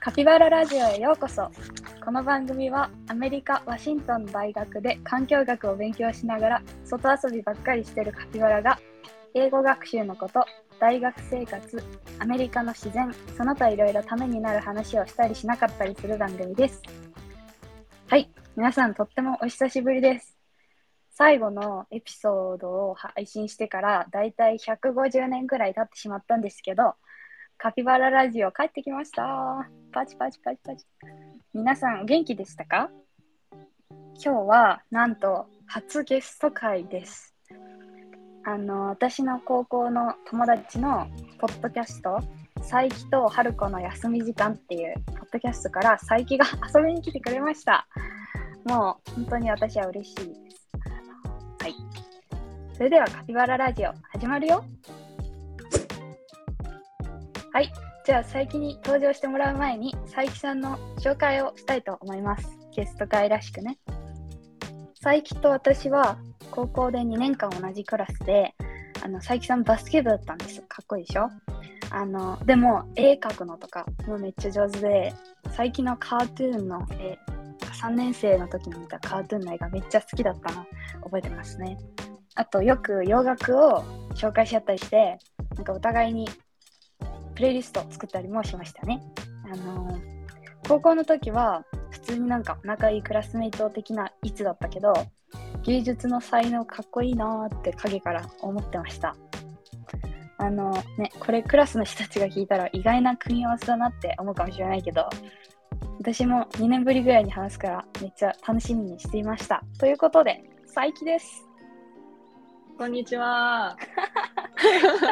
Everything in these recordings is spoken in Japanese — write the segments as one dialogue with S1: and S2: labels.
S1: カピバララジオへようこそこの番組はアメリカ・ワシントン大学で環境学を勉強しながら外遊びばっかりしてるカピバラが英語学習のこと大学生活アメリカの自然その他いろいろためになる話をしたりしなかったりする番組ですはい皆さんとってもお久しぶりです最後のエピソードを配信してからだいたい150年くらい経ってしまったんですけどカピバララジオ帰ってきましたパチパチパチパチ皆さんお元気でしたか今日はなんと初ゲスト会ですあの私の高校の友達のポッドキャスト「佐伯と春子の休み時間」っていうポッドキャストから佐伯が遊びに来てくれましたもう本当に私は嬉しいですはいそれではカピバララジオ始まるよはいじゃあ佐伯に登場してもらう前に佐伯さんの紹介をしたいと思いますゲスト会らしくね佐伯と私は高校で2年間同じクラスであの佐伯さんバスケ部だったんですかっこいいでしょあのでも絵描くのとかもうめっちゃ上手で佐伯のカートゥーンの絵3年生の時に見たカートゥーンの絵がめっちゃ好きだったの覚えてますねあとよく洋楽を紹介し合ったりしてなんかお互いにプレイリストを作ったりもしましたね。あのー高校の時は普通になんか仲いいクラスメイト的ないつだったけど芸術の才能かっこいいなーって陰から思ってました。あのーね、これクラスの人たちが聞いたら意外な組み合わせだなって思うかもしれないけど私も2年ぶりぐらいに話すからめっちゃ楽しみにしていました。ということで佐伯 です。
S2: こんに ちは。
S1: 来た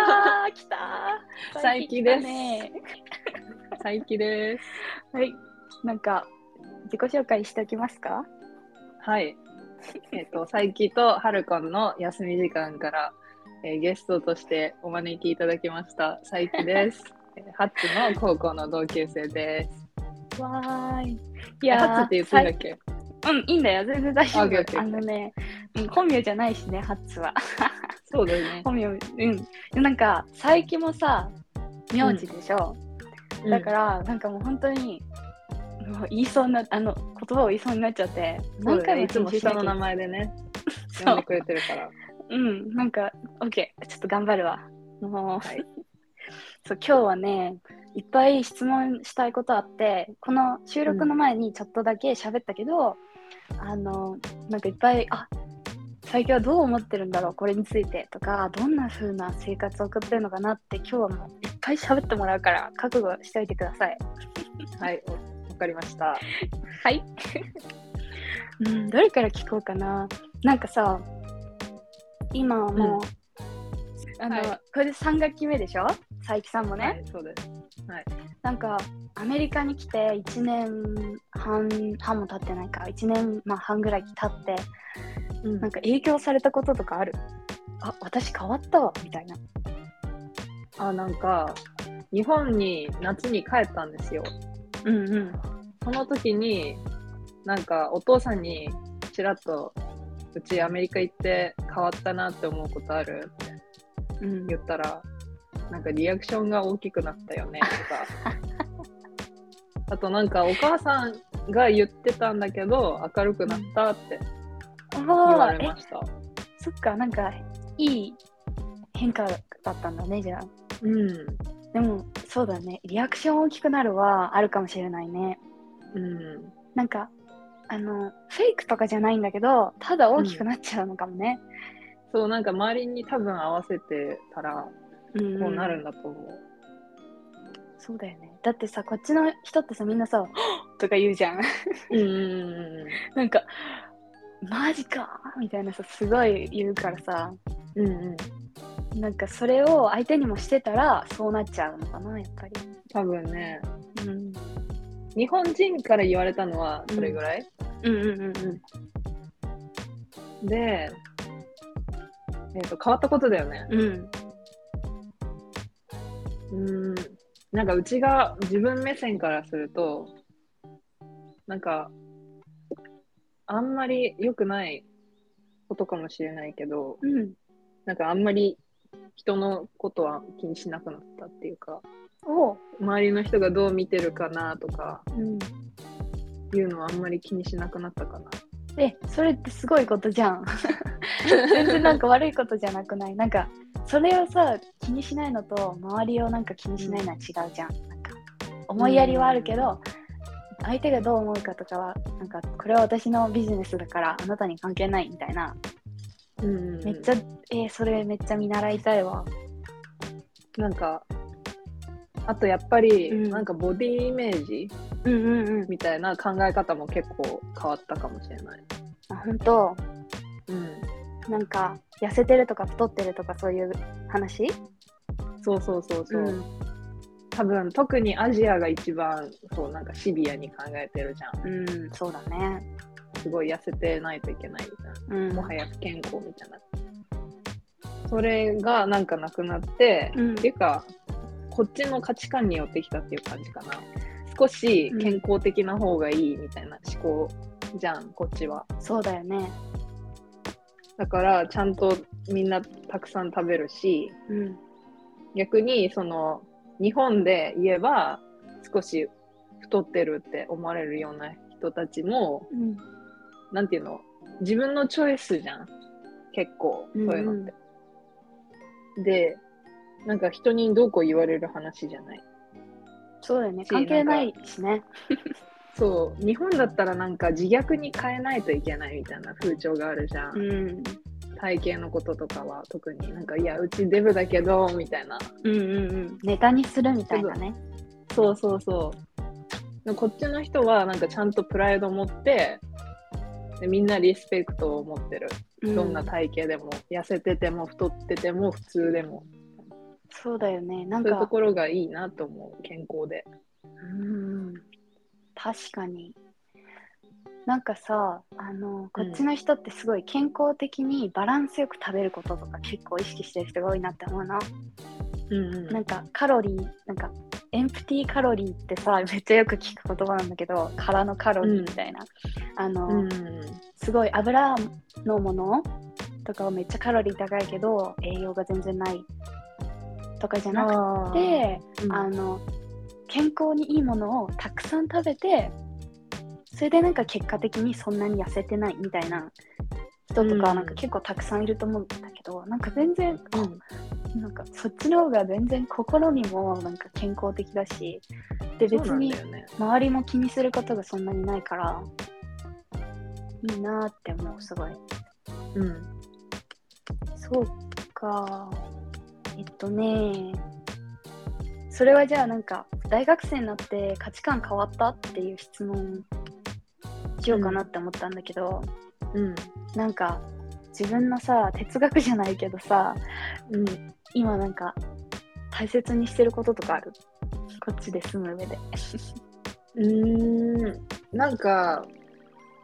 S1: ー来たー
S2: 佐伯で
S1: 佐
S2: す
S1: 来たね
S2: 佐伯です。
S1: はい、なんか自己紹介しておきますか。
S2: はい。えっ、と、佐伯とハルコンの休み時間から、えーゲストとしてお招きいただきました佐伯です。えーハッツの高校の同級生です。
S1: わーい。い
S2: いや、ハッツ
S1: ー
S2: って言っていいんだっけ？
S1: さいうん、いいんだよ、全然大丈
S2: あオッケーオッケ
S1: 夫。
S2: ー
S1: あのね、うん本名じゃないしね、ハッツは。
S2: そうだよね。
S1: 本名、うん、なんか佐伯もさ、名字でしょ。だから、なんかもう本当に。もう言いそうな、あの言葉を言いそうになっちゃって、
S2: うん、
S1: 何回も
S2: いつも
S1: 編集しな
S2: 下
S1: きゃ
S2: の名前でね、
S1: そ
S2: 呼ん
S1: う
S2: で、くれてるから。
S1: うん、なんか、オッケー、ちょっと頑張るわ。もう、
S2: はい
S1: そう今日はね、いっぱい質問したいことあって、この収録の前にちょっとだけ喋ったけど、あの、なんかいっぱい、あ最近はどう思ってるんだろう、これについてとか、どんな風な生活を送ってるのかなって、今日はもういっぱい喋ってもらうから、覚悟しておいてください。
S2: はい、わわかりました。
S1: はい。うん、どれから聞こうかな。なんかさ、今はもう、あの、
S2: はい
S1: これで3学期目でしょ佐伯さんもね、
S2: はい、そうです。
S1: なんか、アメリカに来て1年半、半も経ってないか、1年、まあ、半ぐらい経って、
S2: うん
S1: なんか影響されたこととかあるあ、私変わったわ、みたいな。
S2: あ、なんか日本に夏に帰ったんですよ。
S1: うんうん。
S2: その時に、なんかお父さんにちらっと、うちアメリカ行って変わったなって思うことあるって
S1: うん、
S2: 言ったら、なんかリアクションが大きくなったよねとか。 あとなんかお母さんが言ってたんだけど、明るくなったって言
S1: お
S2: わ
S1: ー
S2: れ
S1: え
S2: ました。
S1: そっかなんかいい変化だったんだねじゃあ
S2: うん。
S1: でもそうだねリアクション大きくなるはあるかもしれないね
S2: うん。
S1: なんかあのフェイクとかじゃないんだけどただ大きくなっちゃうのかもね、
S2: そう、なんか周りに多分合わせてたら、
S1: うん
S2: こうなるんだと思う。
S1: そうだよねだってさこっちの人ってさみんなさ はっ「とか言うじゃん
S2: うんうん
S1: なんか「マジか!」みたいなさすごい言うからさ
S2: うんうん。うんうん。
S1: なんかそれを相手にもしてたらそうなっちゃうのかなやっぱり
S2: 多分ね、
S1: うん
S2: 日本人から言われたのはそれぐらい、
S1: うんうんうんうん
S2: で、えっと変わったことだよね。
S1: うん
S2: うーんなんかうちが自分目線からするとなんかあんまり良くないことかもしれないけど、
S1: うん。
S2: なんかあんまり人のことは気にしなくなったっていうか、
S1: おう。
S2: 周りの人がどう見てるかなとか
S1: うん。
S2: いうのはあんまり気にしなくなったかな。
S1: え、それってすごいことじゃん。全然 なんか悪いことじゃなくないなんか、それをさ、気にしないのと、周りをなんか気にしないのは違うじゃん。なんか、思いやりはあるけど、相手がどう思うかとかは、なんか、これは私のビジネスだから、あなたに関係ないみたいな。
S2: うん
S1: めっちゃ、えーそれめっちゃ見習いたいわ。
S2: なんかあとやっぱり、
S1: うん
S2: なんかボディイメージ
S1: うんうんうん。
S2: みたいな考え方も結構変わったかもしれない。
S1: あ、本当
S2: うん、
S1: なんか、痩せてるとか太ってるとかそういう話
S2: そうそうそうそう、多分特にアジアが一番そうなんかシビアに考えてるじゃん
S1: うん、うん、そうだね。
S2: すごい痩せてないといけないみた
S1: う
S2: い
S1: ん。
S2: なもはや不健康みたいなそれがなんかなくなって、
S1: うん
S2: っていうかこっちの価値観によってきたっていう感じかな少し健康的な方がいいみたいな思考じゃんこっちは
S1: そうだよね。
S2: だからちゃんとみんなたくさん食べるし
S1: うん。
S2: 逆にその日本で言えば少し太ってるって思われるような人たちも
S1: うん。
S2: なんていうの自分のチョイスじゃん結構そういうのって。でなんか人にどうこう言われる話じゃない。
S1: そうだよね。
S2: し
S1: 関係ないしね。
S2: そう日本だったらなんか自虐に変えないといけないみたいな風潮があるじゃん、
S1: ん。
S2: 体型のこととかは特になんかいやうちデブだけどみたいな
S1: うんうんうん。ネタにするみたいなね。
S2: そうそうそう。でこっちの人はなんかちゃんとプライド持ってでみんなリスペクトを持ってる、
S1: う
S2: どんな体型でも痩せてても太ってても普通でも
S1: そうだよね。なん
S2: そういうと
S1: か、
S2: ころがいいなと思う健康で
S1: うん。確かに。なんかさ、あの、こっちの人ってすごい健康的にバランスよく食べることとか結構意識してる人が多いなって思うの。
S2: うんう
S1: なんかカロリー、なんかエンプティーカロリーってさ、めっちゃよく聞く言葉なんだけど、空のカロリーみたいな。あの、
S2: うん
S1: すごい油のものとかはめっちゃカロリー高いけど栄養が全然ないとかじゃなく
S2: あー
S1: てあ、の健康にいいものをたくさん食べてそれでなんか結果的にそんなに痩せてないみたいな人と
S2: う
S1: か
S2: ん
S1: なんか結構たくさんいると思うんだけど、なんか全然
S2: うん
S1: あなんかそっちの方が全然心にもなんか健康的だしで
S2: そう
S1: 別
S2: なん
S1: に
S2: だよね
S1: 周りも気にすることがそんなにないからいいなーって思うすごい。
S2: うん
S1: そうか。えっとね。それはじゃあなんか大学生になって価値観変わったっていう質問しようかなって思ったんだけど、
S2: うん
S1: なんか自分のさ哲学じゃないけどさ
S2: うん
S1: 今なんか大切にしてることとかあるこっちで住む上で。
S2: うーんなんか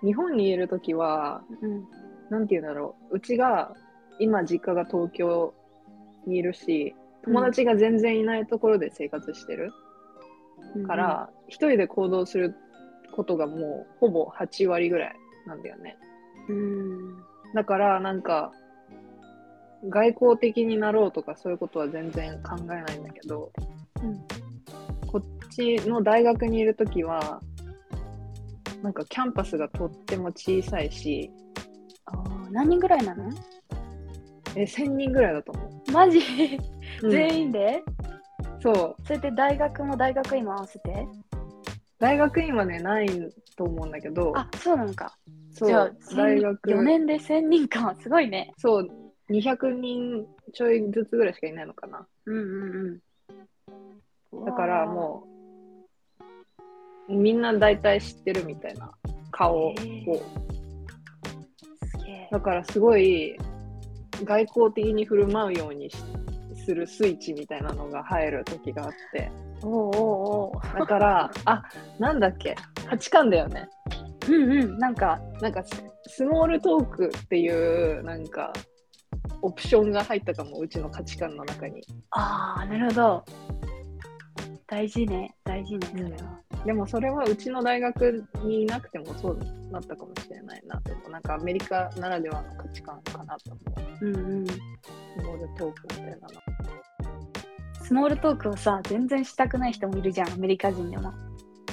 S2: 日本にいる時は
S1: うん
S2: なんて言うんだろう、うちが今、実家が東京にいるし、
S1: うん
S2: 友達が全然いないところで生活してるから、一、人で行動することがもうほぼ8割ぐらいなんだよね。
S1: うん
S2: だから、なんか、外交的になろうとかそういうことは全然考えないんだけど、
S1: うん
S2: こっちの大学にいるときは、なんかキャンパスがとっても小さいし、
S1: あー何人ぐらいなの
S2: え、1000人ぐらいだと思う。
S1: マジ、
S2: うん
S1: 全員で
S2: そう。
S1: それで大学も大学院も合わせて
S2: 大学院はねないと思うんだけど
S1: あそうなのか
S2: そう
S1: じゃあ
S2: 大
S1: 千
S2: 学
S1: 4年で1000人かすごいね
S2: そう200人ちょいずつぐらいしかいないのかな
S1: うんうんうん
S2: だからもうみんな大体知ってるみたいな顔を
S1: へーうすげえ
S2: だからすごい外交的に振る舞うようにしするスイッチみたいなのが入る時があって
S1: おうおうお
S2: だから あなんだっけ価値観だよね
S1: ううんうんなんか
S2: なんかススモールトークっていうなんかオプションが入ったかもうちの価値観の中に
S1: ああなるほど大事ね大事ねそれは、
S2: でもそれはうちの大学にいなくてもそうなったかもしれないなでもなんかアメリカならではの価値観かなと思う
S1: うん、うん
S2: スモールトークみたいなの
S1: スモールトークをさ全然したくない人もいるじゃんアメリカ人でも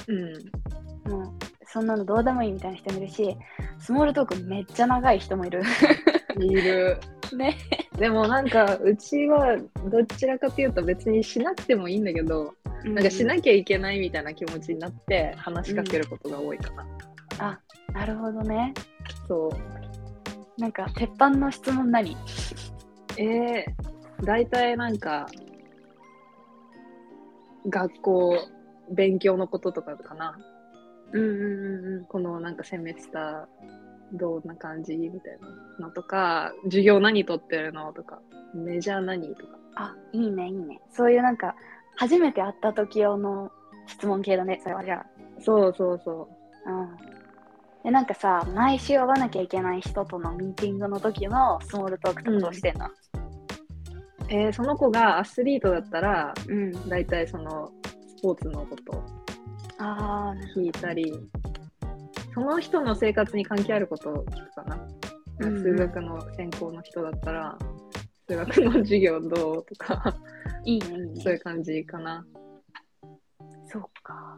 S2: うん
S1: もうそんなのどうでもいいみたいな人もいるしスモールトークめっちゃ長い人もいる
S2: いる
S1: ね
S2: でもなんかうちはどちらかというと別にしなくてもいいんだけど、なんかし
S1: い、
S2: なきゃいけないみたいな気持ちになって話しかけることが多いかな、
S1: なるほどね
S2: そう
S1: なんか鉄板の質問何
S2: えー、大体なんか学校勉強のこととかかな
S1: うんうんうんうん
S2: このなんかセメスターどんな感じみたいなのとか授業何取ってるのとかメジャー何とか
S1: あいいねいいねそういうなんか初めて会った時用の質問系だねそれはじゃ
S2: そうそうそ
S1: あうんでなんかさ毎週会わなきゃいけない人とのミーティングの時のスモールトークとかどうしてんの
S2: うえーその子がアスリートだったら
S1: うん、
S2: 大体そのスポーツのことを
S1: ああ
S2: 聞いたりその人の生活に関係あることを聞くかな、
S1: うんうん
S2: 数学の専攻の人だったら数学の授業どうとか
S1: いいねいいね
S2: そういう感じかな
S1: そうか。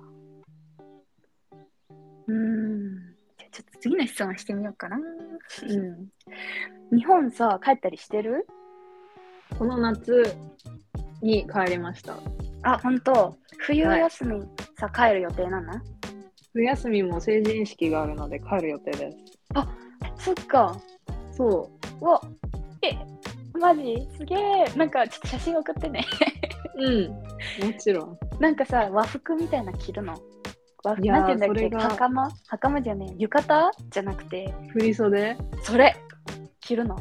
S1: うーん。じゃあちょっと次の質問してみようかな。
S2: うん
S1: 日本さ、帰ったりしてる
S2: この夏に帰りました
S1: あ、ほんと。冬休み、さ、帰る予定なの
S2: 冬休みも成人式があるので帰る予定で
S1: そっか。
S2: すそう
S1: わ。え、マジすげえ。なんか、ちょっと写真送ってね。
S2: ううんもちろん
S1: なんかさ、和服みたいなの着るの。和服
S2: いやー
S1: なんて言うんだっけ
S2: それが
S1: 袴袴じゃねえ。浴衣じゃなくて、
S2: 振袖
S1: それ着るの。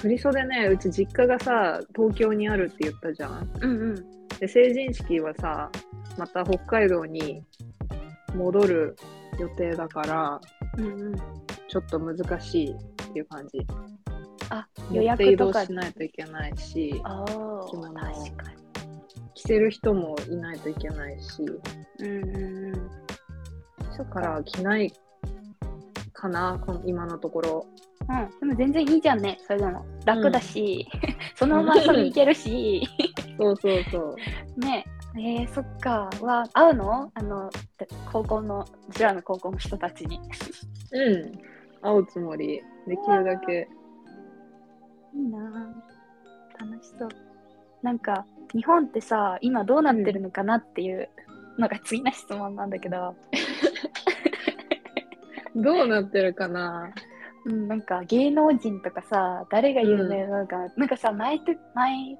S2: 振袖ねうち実家がさ東京にあるって言ったじゃん
S1: うんうん。
S2: で成人式はさまた北海道に戻る予定だから
S1: うんうん。
S2: ちょっと難しいっていう感じ
S1: あ、予
S2: 乗っ
S1: 約
S2: て移
S1: と
S2: 動
S1: か。
S2: しないといけないし
S1: ああ、
S2: 着
S1: 確
S2: 物
S1: かに。
S2: 着せる人もいないといけないし
S1: うんうんうん。そっか。
S2: から着ないかなこの今のところ
S1: うん。でも全然いいじゃんね、それでも。楽だし、 そのまま遊びに行けるし。
S2: そうそうそう
S1: ねえ。えー、そっか。は、会うのあの、で高校の、うちらの高校の人たちに。
S2: うん会うつもりできるだけ
S1: いいなぁ楽しそう。なんか、日本ってさ、今どうなってるのかなっていうのが次の質問なんだけど、
S2: どうなってるかな
S1: うん、なんか芸能人とかさ誰が有名なのかな、なんかさ毎年毎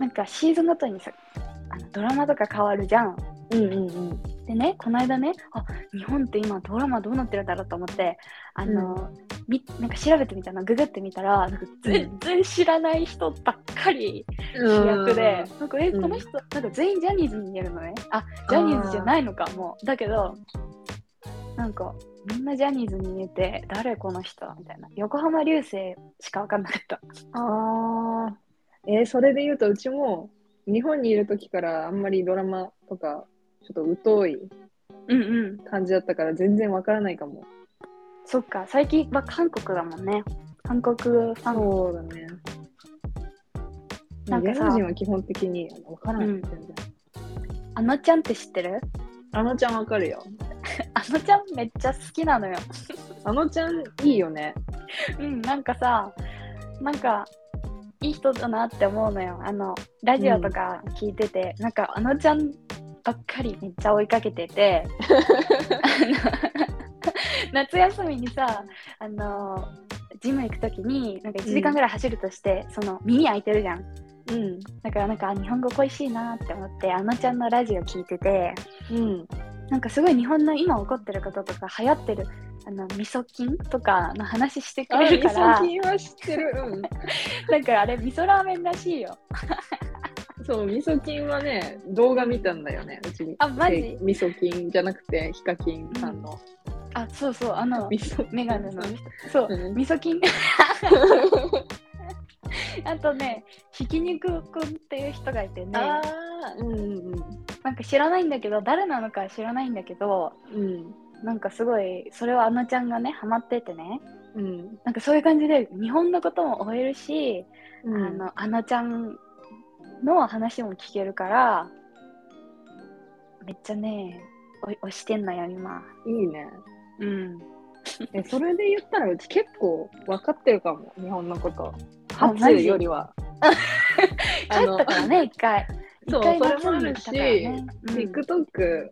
S1: なんかシーズンごとにさあのドラマとか変わるじゃん
S2: うんうんうん
S1: でねこの間ねあ日本って今ドラマどうなってるんだろうと思ってあの、みなんか調べてみたのググってみたらなんか全然知らない人ばっかり主役で、なんかえ
S2: うん
S1: この人、なんか全員ジャニーズに見えるのねあジャニーズじゃないのかもうだけどなんかみんなジャニーズに見えて誰この人みたいな横浜流星しか分かんなかった
S2: ああ、えーそれで言うと、うちも日本にいる時からあんまりドラマとか、ちょっと疎い
S1: うんうん
S2: 感じだったから全然わからないかも。
S1: そっか最近は韓国だもんね韓国ファン
S2: そうだね。
S1: なんか
S2: 芸
S1: さ
S2: 能人は基本的にわからない、
S1: うん
S2: 全然。
S1: あのちゃんって知ってる
S2: あのちゃんわかるよ。
S1: あのちゃんめっちゃ好きなのよ
S2: あのちゃんいいよね。
S1: うん、なんかさ、なんか、いい人だなって思うのよ。あの、ラジオとか聞いてて、なんか、あのちゃんばっかりめっちゃ追いかけてて、あの 夏休みにさ、あの、ジム行くときに、なんか1時間ぐらい走るとして、その、耳開いてるじゃん。
S2: うん。
S1: だから、なんか、あ日本語恋しいなって思って、あのちゃんのラジオ聞いてて、
S2: うん。
S1: なんかすごい日本の今起こってることとか、流行ってる、あの、味噌菌とかの話してく
S2: あ、
S1: れ
S2: み
S1: るから
S2: そ。きは知ってる。うん。
S1: なんかあれ味噌ラーメンらしいよ。
S2: そう、みそきんはね、動画見たんだよね、うちに。
S1: あマジ
S2: でみそきんじゃなくて、ヒカキンさんの。
S1: あそうそうあの
S2: みそ
S1: メガネの人そう
S2: うん
S1: 味噌菌。 あとねひき肉くんっていう人がいてね
S2: あうんうん
S1: なんか知らないんだけど誰なのかは知らないんだけど
S2: うん
S1: なんかすごいそれはあのちゃんがねハマっててね
S2: うん
S1: なんかそういう感じで日本のことも終えるし、
S2: うん
S1: あのあのちゃんの話も聞けるからめっちゃねお推してんのよ今
S2: いいね
S1: うん
S2: えそれで言ったらうち結構分かってるかも日本のこと
S1: あ
S2: ハ
S1: マ
S2: ツ
S1: ジ
S2: よりは
S1: 帰ったからね一回
S2: そう
S1: 一回
S2: それもあるし
S1: 夏に行ったからね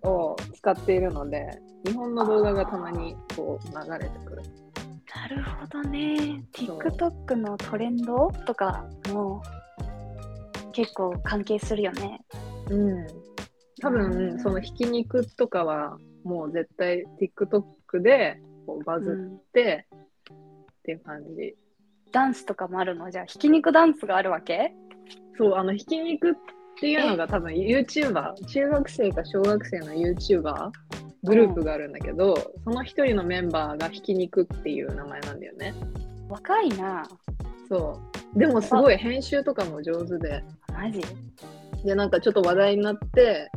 S2: TikTok を使っているので日本の動画がたまにこう流れてくる
S1: なるほどね
S2: そう
S1: TikTok のトレンドとかも結構関係するよね
S2: うん多分、
S1: うん
S2: そのひき肉とかはもう絶対 TikTok でこうバズ
S1: うん
S2: って、っていう感じ
S1: ダンスとかもあるのじゃあひき肉ダンスがあるわけ
S2: そうあのひき肉っていうのが多分 YouTuber 中学生か小学生の YouTuber グループがあるんだけど、その一人のメンバーがひき肉っていう名前なんだよね
S1: 若いな
S2: そうでもすごい編集とかも上手で
S1: マジ
S2: でなんかちょっと話題になって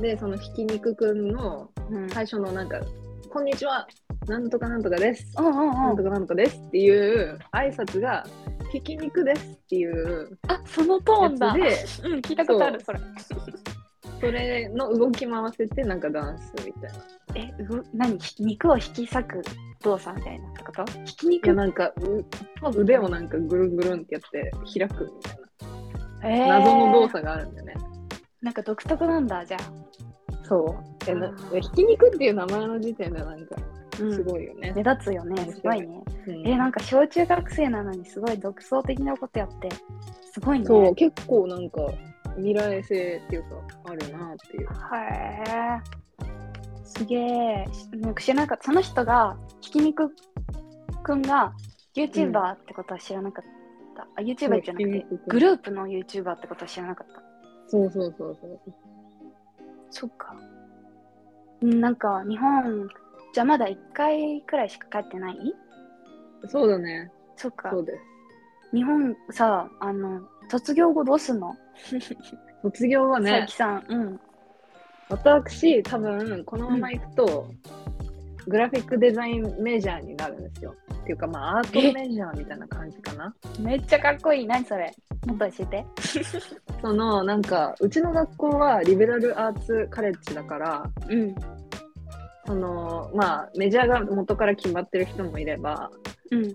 S2: でそのひき肉くんの
S1: うん
S2: 最初のなんか「こんにちはなんとかなんとかです」
S1: うんうん
S2: な
S1: うん
S2: と
S1: ん
S2: かなんとかですっていう挨拶が「ひき肉です」っていう
S1: あそのトーンだ
S2: や
S1: うん聞いたことあるそれ
S2: それの動き回せてなんかダンスみたいな。
S1: えうご何ひ肉を引き裂く動作みたいなってことひき
S2: いや
S1: 肉
S2: なんかう腕をなんかぐるんぐるんってやって開くみたい
S1: え
S2: な
S1: ー
S2: 謎の動作があるんだよね。
S1: なんか独特なんだじゃあ、
S2: そうえなひき肉っていう名前の時点でなんか
S1: うん
S2: すごいよね。
S1: 目立つよねすごいね
S2: うん
S1: えなんか小中学生なのにすごい独創的なことやってすごいね
S2: そう結構なんか未来性っていうかあるなっていう。
S1: へえすげえなんか知らなかったその人がひき肉くんが YouTuber ってことは知らなかった、あ YouTuber じゃなく
S2: そうひき
S1: て
S2: 肉くん
S1: グループの YouTuber ってことは知らなかった
S2: そうそうそうそう。
S1: そっかうんなんか日本じゃあまだ1回くらいしか帰ってない
S2: そうだね。
S1: そっか
S2: そうです。
S1: 日本さあの卒業後どうすんの
S2: 卒業は
S1: 佐
S2: ね
S1: 伯、さんうん
S2: 私、多分このまま行くと、グラフィックデザインメジャーになるんですよ。っていうか、まあ、アートメジャーみたいな感じかな。
S1: めっちゃかっこいい何それもっと教えて
S2: その、なんか、うちの学校はリベラルアーツカレッジだから、
S1: うん
S2: その、まあ、メジャーが元から決まってる人もいれば、
S1: うん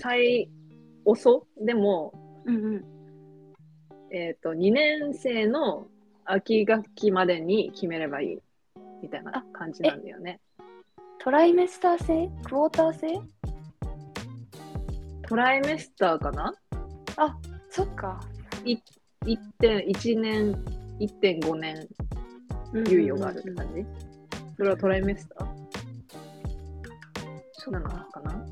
S2: 最遅でも
S1: うんうん
S2: えー、と2年生の秋学期までに決めればいいみたいな感じなんだよね。
S1: トライメスター制クォーター制
S2: トライメスターかな
S1: そっか。
S2: ?1.1 年、1.5年猶予があるって感じ、それはトライメスター
S1: そう
S2: な
S1: な
S2: の
S1: の
S2: かな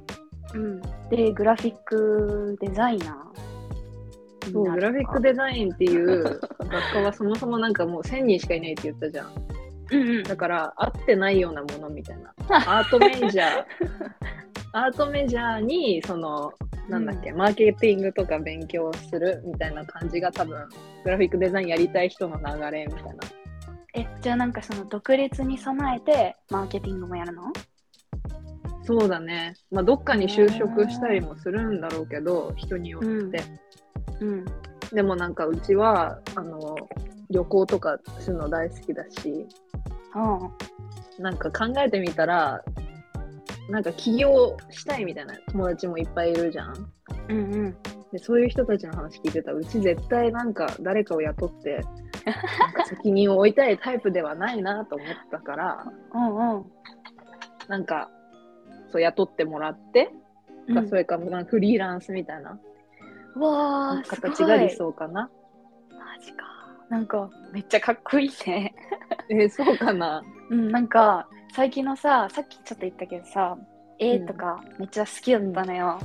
S1: うん。で、グラフィックデザイナー。
S2: そう、グラフィックデザインっていう学科はそもそもなんかもう1000人しかいないって言ったじゃん。
S1: うんうん。
S2: だから合ってないようなものみたいな。アートメ ジャー。アートメジャーにそのなんだっけ、マーケティングとか勉強するみたいな感じが多分グラフィックデザインやりたい人の流れみたいな
S1: え、じゃあなんかその独立に備えてマーケティングもやるの
S2: そうだねまあどっかに就職したりもするんだろうけど人によって、
S1: うん。
S2: でもなんかうちはあの旅行とかするの大好きだし
S1: あ
S2: なんか考えてみたらなんか起業したいみたいな友達もいっぱいいるじゃん
S1: あ。うんうん。
S2: でそういう人たちの話聞いてたらうち絶対なんか誰かを雇ってなんか責任を負いたいタイプではないなと思ったから
S1: うんうん。
S2: なんかそう雇ってもらって、かそ
S1: れ
S2: れかなんかフリーランスみたいな
S1: わあ、
S2: 形が理
S1: すごい
S2: 想かな。
S1: マジか。なんかめっちゃかっこいいね。
S2: えーそうかな。
S1: うん、なんか最近のさ、さっきちょっと言ったけどさ、絵とかめっちゃ好きだったのよ。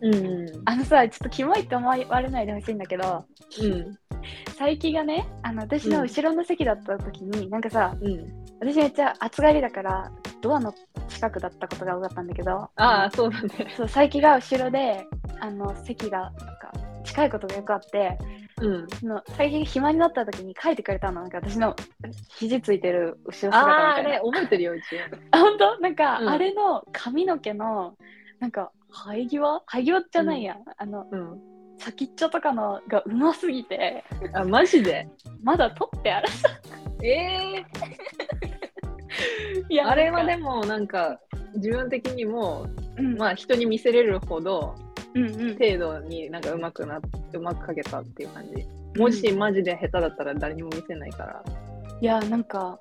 S2: うんうん
S1: あのさ、ちょっとキモいって思われないでほしいんだけど、
S2: うん
S1: 佐伯がね、あの私の後ろの席だった時に、なんかさ、
S2: うん。
S1: 私めっちゃ暑がりだから、ドアの近くだったことが多かったんだけど、
S2: あ
S1: の
S2: あそうだね。
S1: そう佐伯が後ろで、あの席がなんか近いことがよくあって、
S2: うん。
S1: の最近暇になった時に書いてくれたのなんか私の肘ついてる後ろ姿み
S2: あー
S1: た
S2: あ
S1: いな
S2: れ覚えてるようち。
S1: あ 本当なんか、
S2: うん
S1: あれの髪の毛のなんか生え際生え際じゃないや、あの
S2: うん。
S1: 先っちょとかのがうますぎて
S2: あマジで。
S1: まだ取ってある
S2: ええ
S1: いや
S2: あれはで
S1: も、
S2: もなんか自分的にも
S1: うん
S2: まあ人に見せれるほど
S1: うんうん、
S2: 程度になんか上手くなうまく書けたっていう感じ。もしマジで下手だったら誰にも見せないから。
S1: いやなんか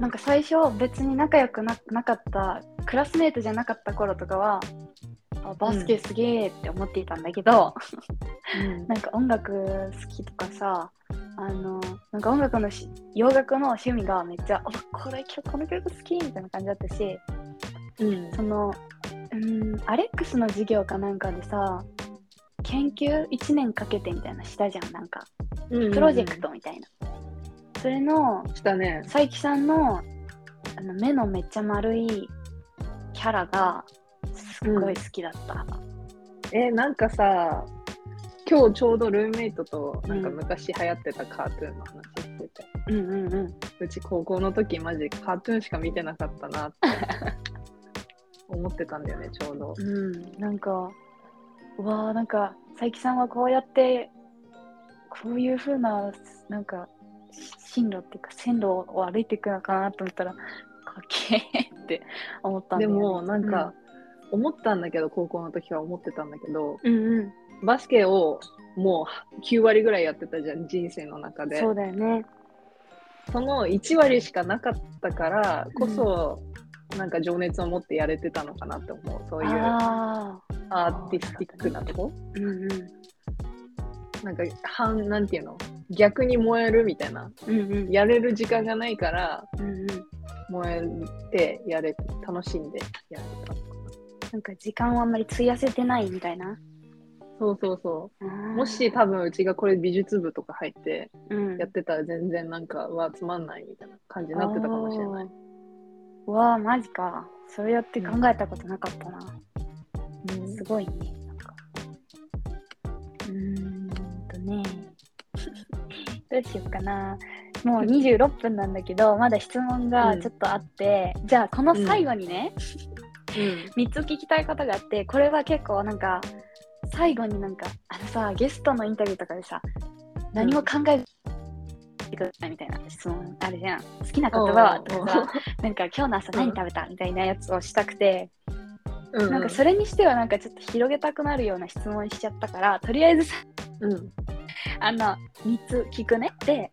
S1: なんか最初別に仲良くななかったクラスメートじゃなかった頃とかはあバスケすげえって思っていたんだけど、なんか音楽好きとかさあのなんか音楽のし洋楽の趣味がめっちゃ「あこれこの曲好き」みたいな感じだったし
S2: うん。
S1: そのうんアレックスの授業かなんかでさ研究1年かけてみたいなしたじゃんなんか
S2: うん
S1: プロジェク。トみたいな、それの
S2: したね。
S1: 佐伯さんのあの目のめっちゃ丸いキャラがすっごい好きだった、
S2: えなんかさ今日ちょうどルームメイトとなんか昔流行ってたカートゥーンの話してて、
S1: うん、うんうん
S2: うち高校の時マジカートゥーンしか見てなかっ たなって思ってたんだよねちょうど。
S1: うんなんかうわーなんか佐伯さんはこうやってこういう風ななんかし進路っていうか線路を歩いていくのかなと思ったらかっけえって思ったんだ
S2: で
S1: よ、ね、
S2: もなんか、思ったんだけど高校の時は思ってたんだけど
S1: うん、うんうん
S2: バスケをもう9割ぐらいやってたじゃん人生の中で
S1: そうだよね
S2: その1割しかなかったからこそ、なんか情熱を持ってやれてたのかなって思うそういう
S1: ああ
S2: アーティスティックなとこ
S1: うんうん
S2: なんか半なんていうの逆に燃えるみたいな
S1: うんうん
S2: やれる時間がないから
S1: うんうん
S2: 燃えてやれ楽しんでやれた
S1: なんか時間をあんまり費やせてないみたいな。
S2: そうそうそ
S1: あー
S2: うもし、多分うちがこれ美術部とか入って
S1: うん
S2: やってたら全然なんかうわつまんないみたいな感じになってたかもしれない、
S1: あーうわあ、マジか。それやって考えたことなかったな。
S2: うん
S1: すごいね。なんかうーんとね。 どうしようかな。もう26分なんだけど、まだ質問がちょっとあって、じゃあこの最後にね、3つ聞きたいことがあって、これは結構なんか、最後になんか、あのさ、ゲストのインタビューとかでさ、何も考えずてくださいみたいな質問あるじゃん。好きな言葉はとかさ、なんか今日の朝何食べたみたいなやつをしたくて、
S2: うん
S1: なんかそれにしてはなんかちょっと広げたくなるような質問しちゃったから、とりあえずさ
S2: うん
S1: あの3つ聞くね。で、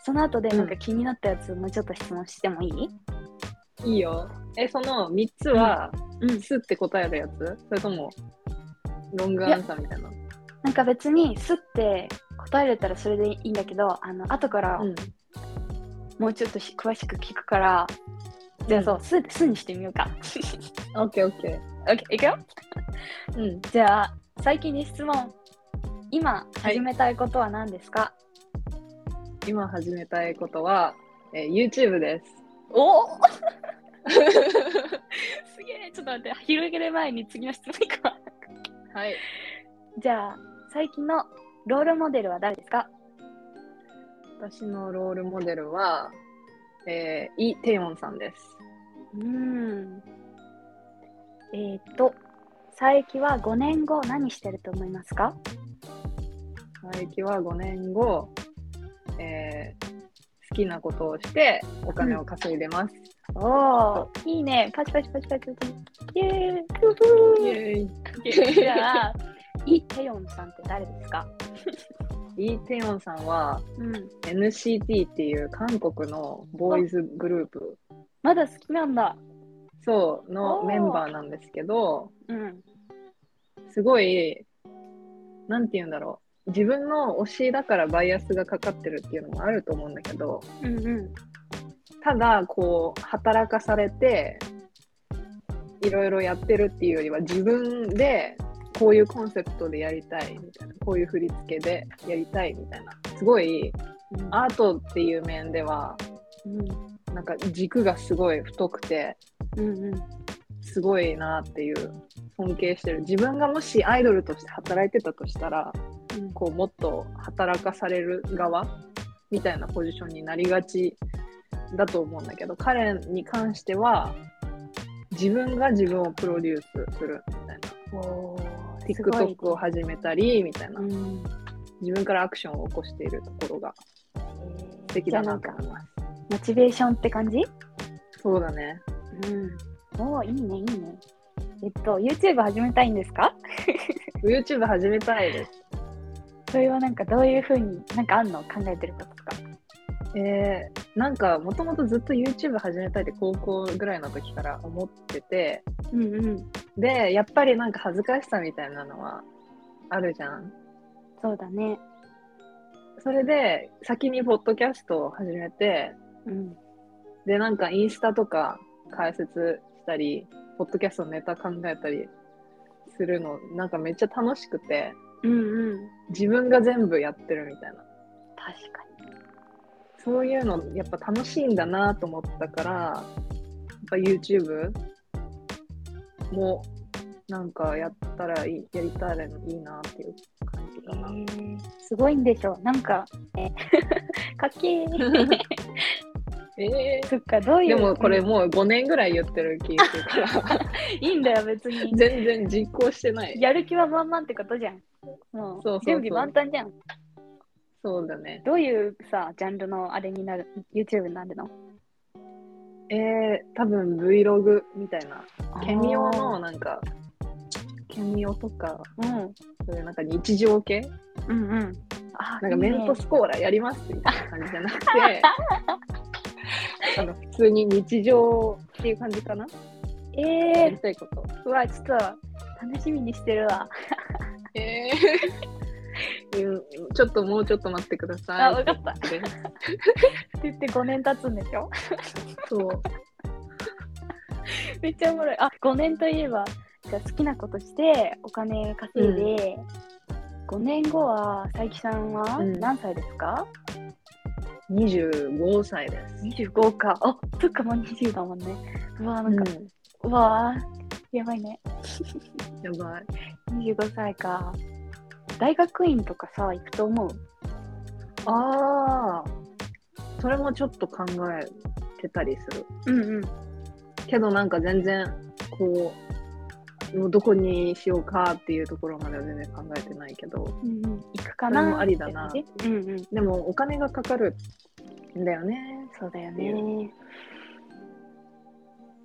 S1: その後でなんか
S2: う
S1: 気になったやつもうちょっと質問してもいい、
S2: いいよえその3つは
S1: うん
S2: すって答えるやつそれともロングアンサーみたいな
S1: なんか別にすって答えれたらそれでいいんだけど、あの後から
S2: うん
S1: もうちょっとし詳しく聞くから、じゃあそう、す、すにしてみようか。
S2: オッケーオッケ
S1: OK、いくよ。
S2: ーうん
S1: じゃあ最近に質問今始めたいことは何ですか、
S2: 今始めたいことは、えー YouTube です。
S1: お おすげえちょっと待って広げる前に次の質問いくわ
S2: はい。
S1: じゃあ最近のロールモデルは誰ですか
S2: 私のロールモデルは、えー、イ・テヨンさんです。
S1: うーんえー、っと佐伯は5年後何してると思いますか
S2: 最近は5年後、えー好きなことをしてお金を稼いでます。
S1: おおいいねパチパチパチパチパチイエーイふふ
S2: イエー
S1: ーじゃあイ・テヨンさんって誰ですか
S2: イイ・テヨンさんは
S1: うん、
S2: NCT っていう韓国のボーイズグループ
S1: まだ好きなんだ
S2: そうの
S1: おー
S2: メンバーなんですけど、
S1: うん
S2: すごい、なんて言うんだろう。自分の推しだからバイアスがかかってるっていうのもあると思うんだけど、
S1: うんうん
S2: ただこう働かされていろいろやってるっていうよりは自分でこういうコンセプトでやりたいみたいなこういう振り付けでやりたいみたいなすごい
S1: うん
S2: アートっていう面では
S1: うん
S2: なんか軸がすごい太くて
S1: うんうん
S2: すごいなっていう尊敬してる自分がもしアイドルとして働いてたとしたら
S1: うん
S2: こうもっと働かされる側みたいなポジションになりがちだと思うんだけど彼に関しては自分が自分をプロデュースするみたいな
S1: おーすごい
S2: TikTok を始めたりみたいな
S1: うん
S2: 自分からアクションを起こしているところが素敵だなと思います。
S1: モチベーションって感じ
S2: そうだね
S1: うん。おーいいね、いいね。えっと、YouTube 始めたいんですか
S2: YouTube 始めたいです
S1: それはなんかどういうふうに、なんかあんの考えてることとか。
S2: えーなんかもともとずっと YouTube 始めたいって高校ぐらいの時から思ってて
S1: うんうん。
S2: でやっぱりなんか恥ずかしさみたいなのはあるじゃん
S1: そうだね。
S2: それで先にポッドキャストを始めて
S1: うん。
S2: でなんかインスタとか解説したりポッドキャストのネタ考えたりするのなんかめっちゃ楽しくて
S1: うんうん。
S2: 自分が全部やってるみたいな
S1: 確か
S2: そういうのやっぱ楽しいんだなと思ったから、やっぱ YouTube もなんかやったらいい、やりたらいいなっていう感じかな。
S1: に。すごいんでしょう。なんか、ね、 かっけー。
S2: えー
S1: そっか、どういう。
S2: でもこれもう5年ぐらい言ってる気がする から、
S1: うん、いいんだよ、別に。
S2: 全然実行してない。
S1: やる気は満々ってことじゃん。もう
S2: そうそうそう
S1: 準備満タンじゃん。
S2: そうだね。
S1: どういうさ、ジャンルのあれになる、YouTube になるの
S2: えー、多分 Vlog みたいな。ケミオの、なんか、ケミオとか、
S1: うん、うん
S2: そういうなんか日常系
S1: うん。あ
S2: なんかメントスコーラやりますみたいな感じじゃなくて、あの普通に日常っていう感じかな、
S1: え
S2: や
S1: え
S2: りたいこと。
S1: うわ、ちょっと楽しみにしてるわ。
S2: えうん、ちょっともうちょっと待ってください。
S1: あわかった
S2: てことで。
S1: って言って5年経つんでしょ
S2: そう。
S1: めっちゃおもろい。あ、5年といえば、じゃあ好きなことしてお金稼いで、5年後は、佐伯さんは
S2: うん
S1: 何歳ですか、
S2: 25歳です。
S1: ?25 か。あ、そっか、もう20だもんね。うわ、なんか、
S2: う
S1: うわやばいね。
S2: ん、やばい。
S1: 25歳か。大学院とかさ、行くと思う
S2: ああ、それもちょっと考えてたりする。
S1: うんうん。
S2: けどなんか全然、こう、もうどこにしようかっていうところまでは全然考えてないけど。
S1: うんうん、行くか
S2: それ
S1: な
S2: もありだな
S1: って感じうんうん。
S2: でもお金がかかるんだよね。
S1: そうだよね。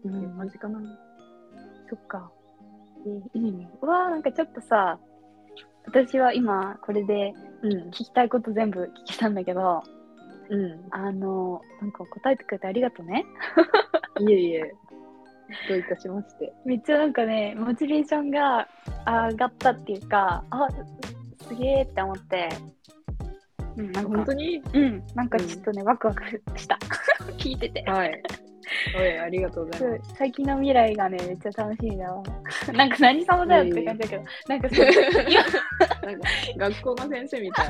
S1: う
S2: うんん、マジかな。
S1: そっか。えいいね。うわーなんかちょっとさ、私は今これで
S2: うん
S1: 聞。きたいこと全部聞けたんだけど、
S2: う
S1: あの、なんか答えてくれてありがとうね。
S2: ん。いえいえ。どういたしまして。
S1: めっちゃなんかね、モチベーションが上がったっていうか、あすげえって思って、うん、なん
S2: 本
S1: か
S2: 当、に
S1: うん、なんかちょっとね、ワクワクした。 聞いてて。
S2: はい。はい、ありがとうござい
S1: そ
S2: ま
S1: う
S2: す。
S1: 最近の未来がね、めっちゃ楽しみだわ。 なんか何様だよって感じだけど、なんかそう
S2: なんか 学校の先生みたい。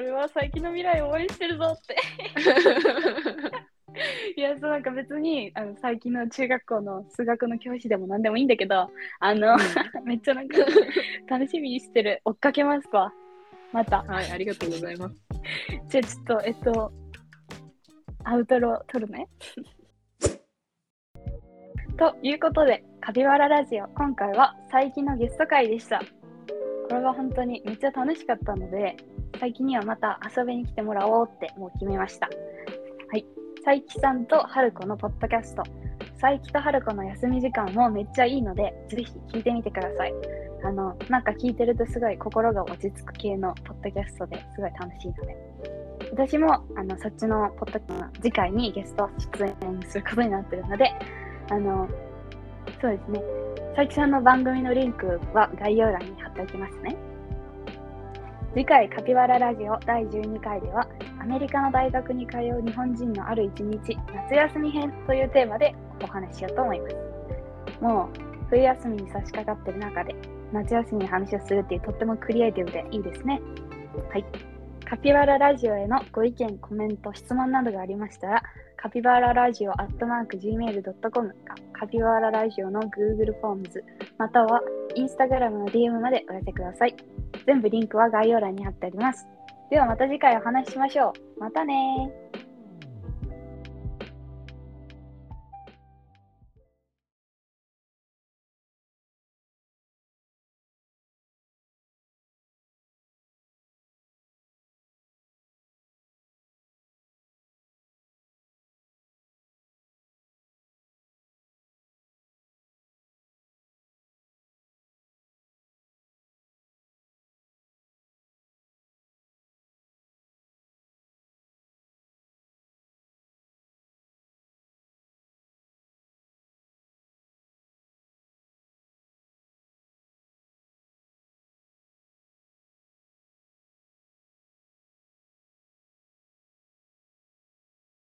S1: 俺は最近の未来を応援してるぞって。 いや、そうなんか別にあの最近の中学校の数学の教師でも何でもいいんだけど、あの、 めっちゃなんか楽しみにしてる。追っかけますわ。また。
S2: はい、ありがとうございます。
S1: じゃあちょっと、えっと、アウトロ撮るね。 ということで、カピバララジオ、今回は最近のゲスト会でした。これは本当にめっちゃ楽しかったので、最近にはまた遊びに来てもらおうってもう決めました。はい。佐伯さんと春子のポッドキャスト、佐伯と春子の休み時間もめっちゃいいので、ぜひ聞いてみてください。あの、なんか聞いてるとすごい心が落ち着く系のポッドキャストですごい楽しいので。私もあのそっちのポッドキャスト次回にゲスト出演することになってるのであのそうですね佐伯さんの番組のリンクは概要欄に貼っておきますね次回カピバララジオ第12回ではアメリカの大学に通う日本人のある一日夏休み編というテーマでお話ししようと思いますもう冬休みに差し掛かってる中で夏休みに話をするっていうとってもクリエイティブでいいですねはいカピバララジオへのご意見、コメント、質問などがありましたら、カピバララジオアットマーク Gmail.com か、カピバララジオの Google フォームズ、またはインスタグラムの DM までお寄せください。全部リンクは概要欄に貼ってあります。ではまた次回お話ししましょう。またねー。